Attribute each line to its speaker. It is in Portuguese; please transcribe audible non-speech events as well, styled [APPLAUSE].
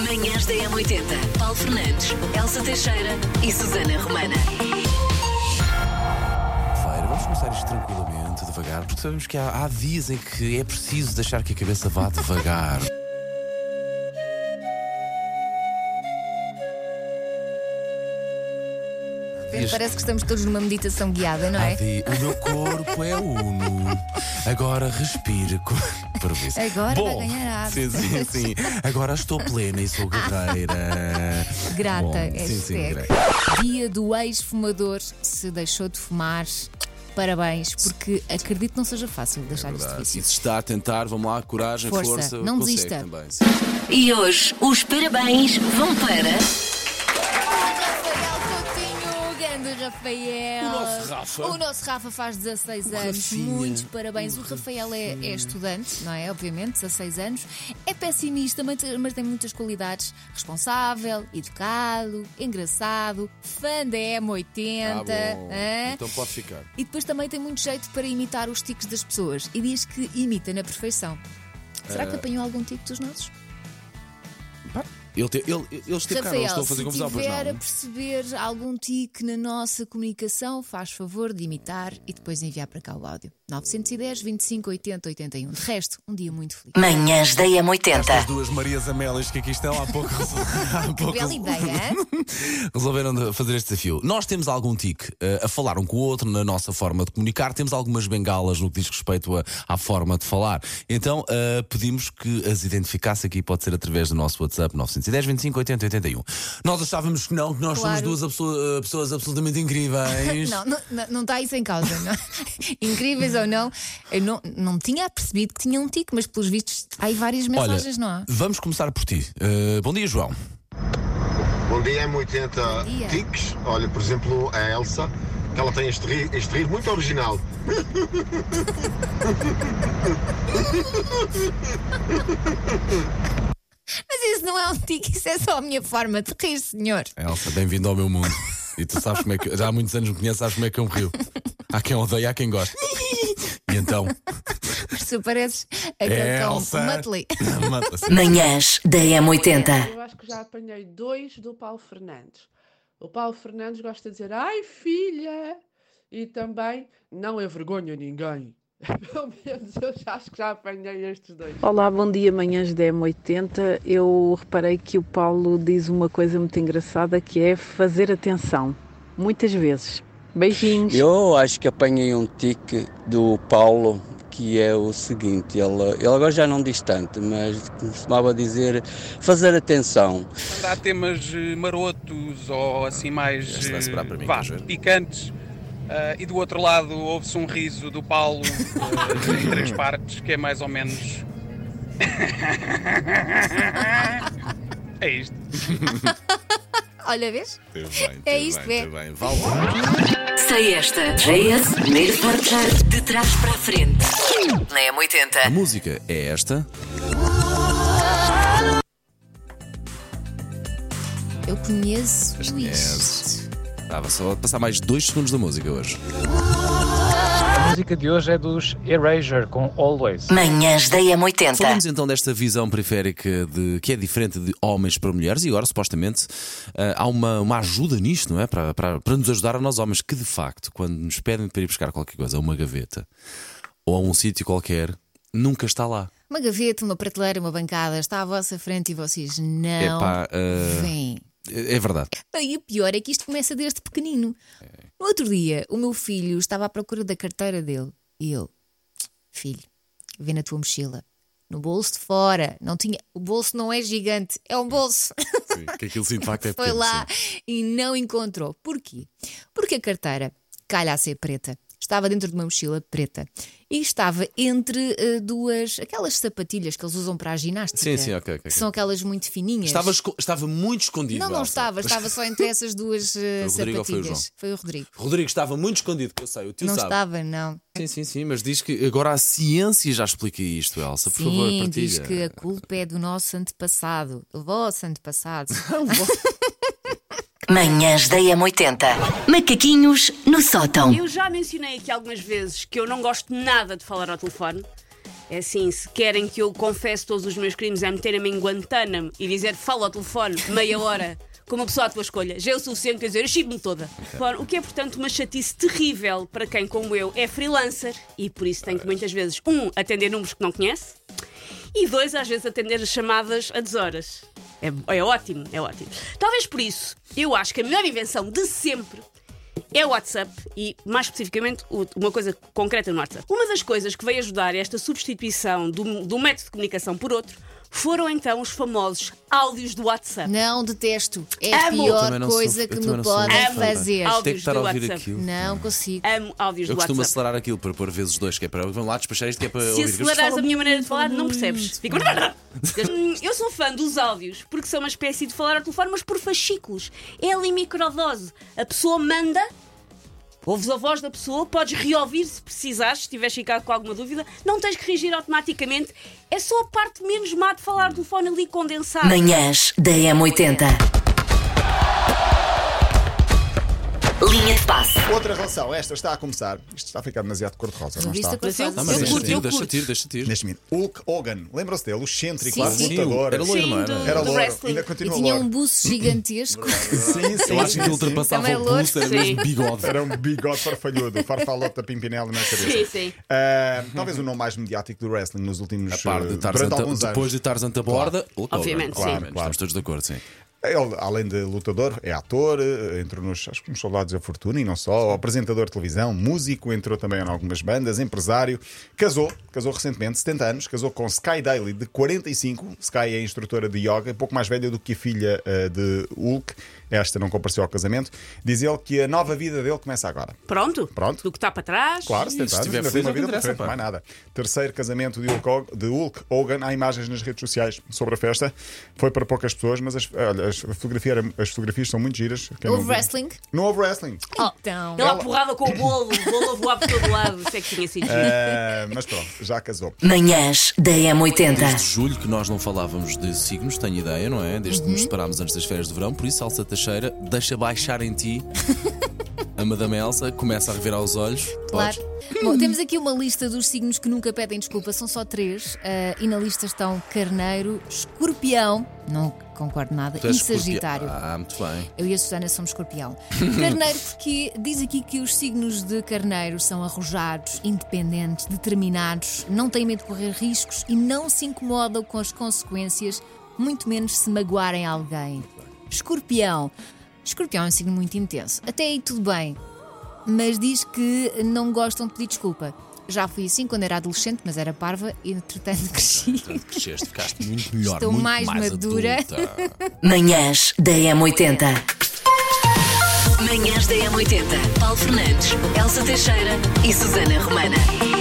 Speaker 1: Manhãs da M80. Paulo Fernandes, Elsa Teixeira e Susana Romana.
Speaker 2: Feira, vamos começar isto tranquilamente, devagar, porque sabemos que há, há dias em que é preciso deixar que a cabeça vá devagar. Dias-
Speaker 3: Eh, Parece que estamos todos numa meditação guiada, não
Speaker 2: há
Speaker 3: é?
Speaker 2: di- O meu corpo é uno. Agora respiro. [LAUGHS] Previsto.
Speaker 3: Agora vai
Speaker 2: Ah. Bom,
Speaker 3: ganhar a
Speaker 2: Sim, sim, sim. Agora estou plena e sou guerreira.
Speaker 3: Grata, é
Speaker 2: Bom, sim,
Speaker 3: hashtag.
Speaker 2: sim, grata. é
Speaker 3: Dia do ex-fumador, se deixou de fumar, parabéns, porque acredito que não seja fácil deixar este
Speaker 2: É Verdade. E se
Speaker 3: vício.
Speaker 2: está a tentar, vamos lá, coragem, força.
Speaker 3: Força, não
Speaker 2: consegue
Speaker 3: desista.
Speaker 2: Também, sim.
Speaker 1: E hoje os parabéns vão para.
Speaker 3: Rafael Coutinho, grande Rafael.
Speaker 2: O nosso Rafa.
Speaker 3: O nosso Rafa faz 16 anos.
Speaker 2: Rafinha.
Speaker 3: Muitos parabéns. O Rafael é, é estudante, não é? Obviamente, 16 anos. É pessimista, mas tem- mas tem muitas qualidades. Responsável, educado, engraçado, fã da M80.
Speaker 2: Tá bom.
Speaker 3: hã?
Speaker 2: Então pode ficar.
Speaker 3: E depois também tem muito jeito para imitar os tiques das pessoas e diz que imita na perfeição. Será
Speaker 2: Eh,
Speaker 3: que apanhou algum tico dos nossos?
Speaker 2: Pá, Ele te, ele, eles te
Speaker 3: Rafael,
Speaker 2: estou a fazer
Speaker 3: se
Speaker 2: confusão, pois
Speaker 3: tiver a
Speaker 2: não.
Speaker 3: perceber algum tique na nossa comunicação, faz favor de imitar e depois enviar para cá o áudio. 910 25 80 81. De resto, um dia muito feliz.
Speaker 1: Manhãs da
Speaker 2: As
Speaker 1: M80.
Speaker 2: duas Marias Amélias que aqui estão há
Speaker 3: [LAUGHS]
Speaker 2: pouco. há pouco
Speaker 3: Bela ideia, hein?
Speaker 2: Resolveram de- fazer este desafio. Nós temos algum tique eh, a falar um com o outro na nossa forma de comunicar, temos algumas bengalas no que diz respeito a- à forma de falar. Então eh, pedimos que as identificasse aqui, pode ser através do nosso WhatsApp 910 25 80 81. Nós achávamos que não, que nós
Speaker 3: Claro.
Speaker 2: somos duas abso- eh, pessoas
Speaker 3: [LAUGHS]
Speaker 2: absolutamente incríveis.
Speaker 3: Não, não, não- não está isso em causa. não. [LAUGHS] Incríveis ou não, eu não, não tinha percebido que tinha um tique, mas pelos vistos há aí várias
Speaker 2: Olha,
Speaker 3: mensagens, não há?
Speaker 2: vamos começar por ti. Eh, bom dia, João.
Speaker 4: Bom dia, M80
Speaker 3: dia.
Speaker 4: Tiques. Olha, por exemplo, a Elsa, que ela tem este rir, este rir muito original.
Speaker 3: Mas isso não é um tique, isso é só a minha forma de rir, senhor.
Speaker 2: Elsa, bem-vindo ao meu mundo. E tu sabes como é que. Já há muitos anos me conheces, sabes como é que eu me rio. Há quem odeia, há quem gosta. E então.
Speaker 3: [LAUGHS] Mas tu pareces aquele cão
Speaker 2: É, Elsa.
Speaker 3: Muttley.
Speaker 2: Mata-se.
Speaker 1: Manhãs da M80.
Speaker 5: É, Eu acho que já apanhei dois do Paulo Fernandes. O Paulo Fernandes gosta de dizer ai filha e também não envergonha ninguém. [LAUGHS] Pelo menos eu já acho que já apanhei estes dois.
Speaker 6: Olá, bom dia, manhãs da M80. Eu reparei que o Paulo diz uma coisa muito engraçada que é fazer atenção, muitas vezes. Beijinhos.
Speaker 7: Eu acho que apanhei um tique do Paulo que é o seguinte, ele, ele agora já não diz tanto, mas costumava dizer fazer atenção.
Speaker 8: quando há temas eh, marotos ou assim mais
Speaker 2: Este vai sobrar
Speaker 8: eh,
Speaker 2: para mim,
Speaker 8: vá,
Speaker 2: queres ver?
Speaker 8: picantes. Ah, e do outro lado houve-se um riso do Paulo eh, em
Speaker 2: [LAUGHS]
Speaker 8: três partes, que é mais ou menos. [LAUGHS] é isto.
Speaker 3: Olha, vês?
Speaker 2: Teve bem,
Speaker 3: É
Speaker 2: teve
Speaker 3: isto,
Speaker 2: bem,
Speaker 3: é.
Speaker 2: teve bem. Valdo.
Speaker 1: Sei esta. JS, primeiro forte de trás para a frente. Na
Speaker 2: A
Speaker 1: M80.
Speaker 2: música é esta.
Speaker 3: Eu conheço
Speaker 2: conheces.
Speaker 3: isto.
Speaker 2: Estava só a passar mais dois segundos da música hoje.
Speaker 9: A música de hoje é dos Erasure com Always.
Speaker 1: Manhãs da M80.
Speaker 2: Falamos então desta visão periférica de que é diferente de homens para mulheres e agora supostamente ah, há uma, uma ajuda nisto, não é? Para, para, para nos ajudar a nós homens que de facto, quando nos pedem para ir buscar qualquer coisa a uma gaveta ou a um sítio qualquer, nunca está lá.
Speaker 3: Uma gaveta, uma prateleira, uma bancada está à vossa frente e vocês não
Speaker 2: Epá, ah,
Speaker 3: vêm.
Speaker 2: é é verdade.
Speaker 3: Não, E o pior é que isto começa desde pequenino. No outro dia, o meu filho estava à procura da carteira dele e eu, filho, vê na tua mochila. No bolso de fora, não tinha. O bolso não é gigante, é um bolso.
Speaker 2: que aquilo [LAUGHS] sim, de facto é
Speaker 3: Foi lá e não encontrou. Porquê? Porque a carteira calha a ser preta. Estava dentro de uma mochila preta e estava entre eh, duas, aquelas sapatilhas que eles usam para a ginástica.
Speaker 2: Sim, sim, ok, ok, ok.
Speaker 3: Que São aquelas muito fininhas.
Speaker 2: Estava, esco- estava muito escondido.
Speaker 3: Não, não
Speaker 2: Elsa.
Speaker 3: estava, estava só entre essas duas eh,
Speaker 2: [LAUGHS] Foi o Rodrigo ou foi o João?
Speaker 3: sapatilhas. Foi o Rodrigo.
Speaker 2: Rodrigo estava muito escondido, que eu sei, o tio
Speaker 3: Não
Speaker 2: sabe.
Speaker 3: estava, não.
Speaker 2: Sim, sim, sim, mas diz que agora a ciência já explica isto, Elsa. Então, Por
Speaker 3: Sim,
Speaker 2: favor, partilha.
Speaker 3: diz que a culpa é do nosso antepassado. O
Speaker 2: [LAUGHS]
Speaker 3: vosso antepassado.
Speaker 1: Manhãs da M80. Macaquinhos no sótão.
Speaker 10: Eu já mencionei aqui algumas vezes que eu não gosto nada de falar ao telefone. É assim, se querem que eu confesse todos os meus crimes é meterem-me em Guantánamo e dizer fala ao telefone meia hora com uma pessoa à tua escolha, já é o suficiente para dizer eu chibo-me toda. Claro, o que é, portanto, uma chatice terrível para quem, como eu, é freelancer e por isso tem que muitas vezes, um, atender números que não conhece e dois, às vezes, atender as chamadas a deshoras. É, é ótimo, é ótimo. Talvez por isso, eu acho que a melhor invenção de sempre é o WhatsApp e, mais especificamente, o- uma coisa concreta no WhatsApp. Uma das coisas que veio ajudar a esta substituição do, do método de comunicação por outro foram então os famosos áudios do WhatsApp.
Speaker 3: Não detesto. É a
Speaker 10: Amo.
Speaker 3: pior
Speaker 2: Também não sou-
Speaker 3: coisa
Speaker 2: eu
Speaker 3: que
Speaker 2: também
Speaker 3: me
Speaker 2: não sou um muito
Speaker 3: podem
Speaker 10: fã, pá.
Speaker 3: fazer.
Speaker 10: Áudios
Speaker 2: Tem que estar a
Speaker 10: do
Speaker 2: ouvir
Speaker 10: WhatsApp.
Speaker 2: aquilo.
Speaker 3: Não consigo.
Speaker 10: Amo áudios
Speaker 2: Eu
Speaker 10: do
Speaker 2: costumo
Speaker 10: WhatsApp.
Speaker 2: acelerar aquilo para pôr vezes dois, que é para vamos lá despachar isto, que é para
Speaker 10: Se
Speaker 2: ouvir.
Speaker 10: acelerares a minha maneira de falar, não percebes. Fica... Hum, [LAUGHS] Eu sou fã dos áudios porque são uma espécie de falar ao telefone, mas por fascículos. É ali microdose. A pessoa manda, ouves a voz da pessoa, podes reouvir se precisares, se tiveres ficado com alguma dúvida. Não tens que reagir automaticamente. É só a parte menos má de falar ao telefone ali condensada.
Speaker 1: Manhãs da M80. Linha de passe.
Speaker 11: Outra relação, esta está a começar. Isto está a ficar demasiado cor-de-rosa, não
Speaker 3: Revista
Speaker 11: está?
Speaker 3: cor de rosa.
Speaker 2: Não, Tá, Ah, mas
Speaker 10: Eu
Speaker 2: deixa
Speaker 10: curto,
Speaker 2: te ir,
Speaker 10: eu
Speaker 2: deixa
Speaker 10: curto.
Speaker 2: te ir, deixa te ir.
Speaker 11: Neste momento, Hulk Hogan, lembram-se dele, o excêntrico,
Speaker 10: Sim,
Speaker 11: lá,
Speaker 10: sim.
Speaker 11: lutador.
Speaker 2: Era loiro, não
Speaker 10: Sim, do-
Speaker 2: era?
Speaker 11: Era
Speaker 10: do
Speaker 11: louro,
Speaker 10: wrestling.
Speaker 11: ainda
Speaker 3: E
Speaker 11: continua
Speaker 3: tinha
Speaker 11: louro.
Speaker 3: um buço gigantesco.
Speaker 2: [LAUGHS]
Speaker 11: Sim, sim,
Speaker 2: Eu acho que ele
Speaker 11: sim, sim.
Speaker 2: ultrapassava
Speaker 3: Também é
Speaker 2: o
Speaker 3: louro.
Speaker 2: pulso, era
Speaker 10: Sim.
Speaker 2: mesmo bigode.
Speaker 11: Era um bigode farfalhudo, farfalote da Pimpinela
Speaker 10: [LAUGHS]
Speaker 11: na cabeça.
Speaker 10: Sim, sim.
Speaker 11: Ah, talvez o nome mais mediático do wrestling nos últimos
Speaker 2: A par de
Speaker 11: eh,
Speaker 2: Tarzan,
Speaker 11: durante alguns anos.
Speaker 2: depois de Tarzan da borda, Hulk Hogan.
Speaker 10: Obviamente, sim.
Speaker 2: Claro, Estamos todos de acordo, sim.
Speaker 11: Ele, além de lutador, é ator, eh, entrou nos, acho que nos Soldados da Fortuna e não só, apresentador de televisão, músico, entrou também em algumas bandas, empresário, casou, casou recentemente, 70 anos, casou com Sky Daly, de 45. Sky é instrutora de yoga, pouco mais velha do que a filha eh, de Hulk, esta não compareceu ao casamento. Diz ele que a nova vida dele começa agora.
Speaker 10: Pronto?
Speaker 11: Pronto.
Speaker 10: Do que está para trás?
Speaker 11: Claro,
Speaker 2: Sim,
Speaker 11: 70
Speaker 2: se
Speaker 11: anos,
Speaker 2: tiver
Speaker 11: ainda tem
Speaker 2: feliz,
Speaker 11: uma
Speaker 2: é que
Speaker 11: vida pela
Speaker 2: interessa,
Speaker 11: frente,
Speaker 2: pá.
Speaker 11: mais nada. Terceiro casamento de Hulk, Hog- de Hulk Hogan, há imagens nas redes sociais sobre a festa. Foi para poucas pessoas, mas as, olha, as, fotografia era- as fotografias são muito giras.
Speaker 2: é
Speaker 11: Quem não
Speaker 3: Houve
Speaker 11: viu-
Speaker 3: wrestling?
Speaker 11: Não houve wrestling.
Speaker 3: Então.
Speaker 10: Ele à porrada com o bolo, o bolo a voar por todo lado. Isso é
Speaker 11: [LAUGHS]
Speaker 10: que tinha sido.
Speaker 11: Ah, mas pronto, já casou.
Speaker 1: Manhãs da
Speaker 2: Desde
Speaker 1: M80.
Speaker 2: julho que nós não falávamos de signos, tenho ideia, não é? Desde que
Speaker 3: Uhum.
Speaker 2: nos separámos antes das férias de verão, por isso, Elsa Teixeira, deixa baixar em
Speaker 3: [LAUGHS]
Speaker 2: ti a Madame Elsa, começa a revirar os olhos.
Speaker 3: Claro.
Speaker 2: Podes.
Speaker 3: Bom, temos aqui uma lista dos signos que nunca pedem desculpa, são só três. ah, e na lista estão Carneiro, Escorpião, não concordo nada,
Speaker 2: Tu
Speaker 3: e
Speaker 2: és
Speaker 3: Sagitário.
Speaker 2: escorpião. Ah, muito bem.
Speaker 3: Eu e a Susana somos escorpião. Carneiro, porque diz aqui que os signos de carneiro são arrojados, independentes, determinados, não têm medo de correr riscos e não se incomodam com as consequências, muito menos se magoarem alguém. Escorpião. Escorpião é um signo muito intenso. Até aí tudo bem, mas diz que não gostam de pedir desculpa. Já fui assim quando era adolescente, mas era parva e entretanto [LAUGHS] cresci.
Speaker 2: Portanto, cresceste, ficaste muito melhor.
Speaker 3: Estou
Speaker 2: muito
Speaker 3: mais madura.
Speaker 2: adulta.
Speaker 1: Manhãs da M80. Manhãs da M80. Paulo Fernandes, Elsa Teixeira e Susana Romana.